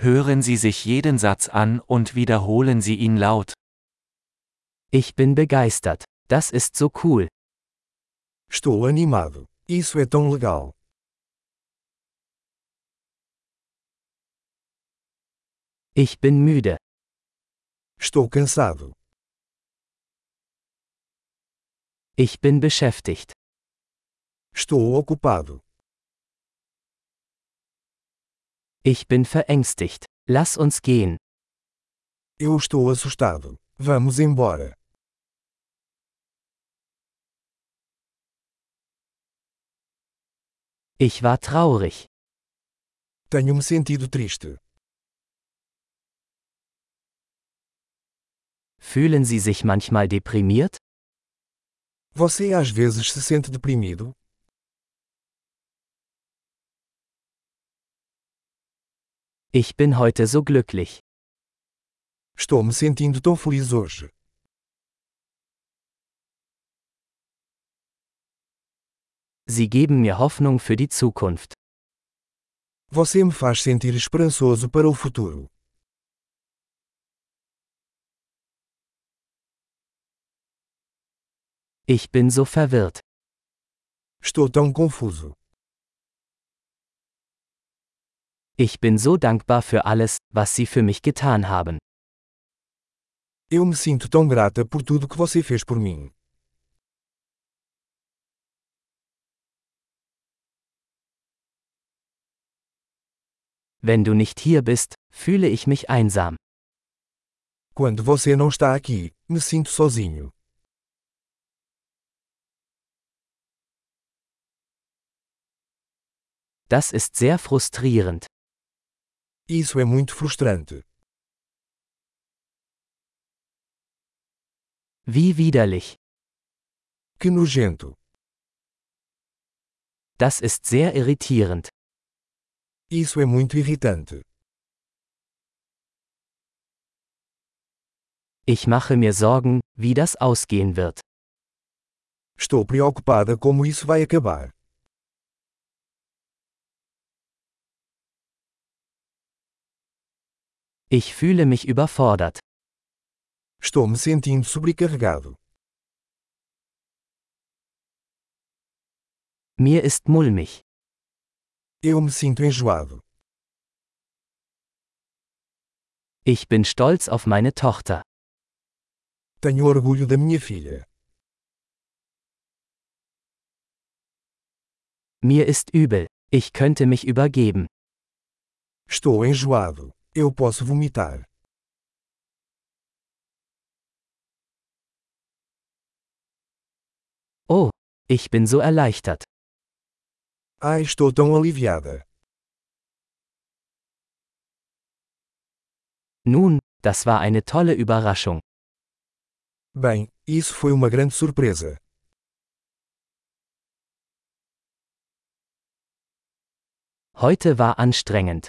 Hören Sie sich jeden Satz an und wiederholen Sie ihn laut. Ich bin begeistert. Das ist so cool. Estou animado. Isso é tão legal. Ich bin müde. Estou cansado. Ich bin beschäftigt. Estou ocupado. Ich bin verängstigt. Lass uns gehen. Eu estou assustado. Vamos embora. Ich war traurig. Tenho me sentido triste. Fühlen Sie sich manchmal deprimiert? Você às vezes se sente deprimido? Ich bin heute so glücklich. Estou me sentindo tão feliz hoje. Sie geben mir Hoffnung für die Zukunft. Você me faz sentir esperançoso para o futuro. Ich bin so verwirrt. Estou tão confuso. Ich bin so dankbar für alles, was Sie für mich getan haben. Eu me sinto tão grata por tudo que você fez por mim. Wenn du nicht hier bist, fühle ich mich einsam. Quando você não está aqui, me sinto sozinho. Das ist sehr frustrierend. Isso é muito frustrante. Wie widerlich. Que nojento. Das ist sehr irritierend. Isso é muito irritante. Ich mache mir Sorgen, wie das ausgehen wird. Estou preocupada como isso vai acabar. Ich fühle mich überfordert. Estou me sentindo sobrecarregado. Mir ist mulmig. Eu me sinto enjoado. Ich bin stolz auf meine Tochter. Tenho orgulho da minha filha. Mir ist übel. Ich könnte mich übergeben. Estou enjoado. Eu posso vomitar. Oh, ich bin so erleichtert. Ai, estou tão aliviada. Nun, das war eine tolle Überraschung. Bem, isso foi uma grande surpresa. Heute war anstrengend.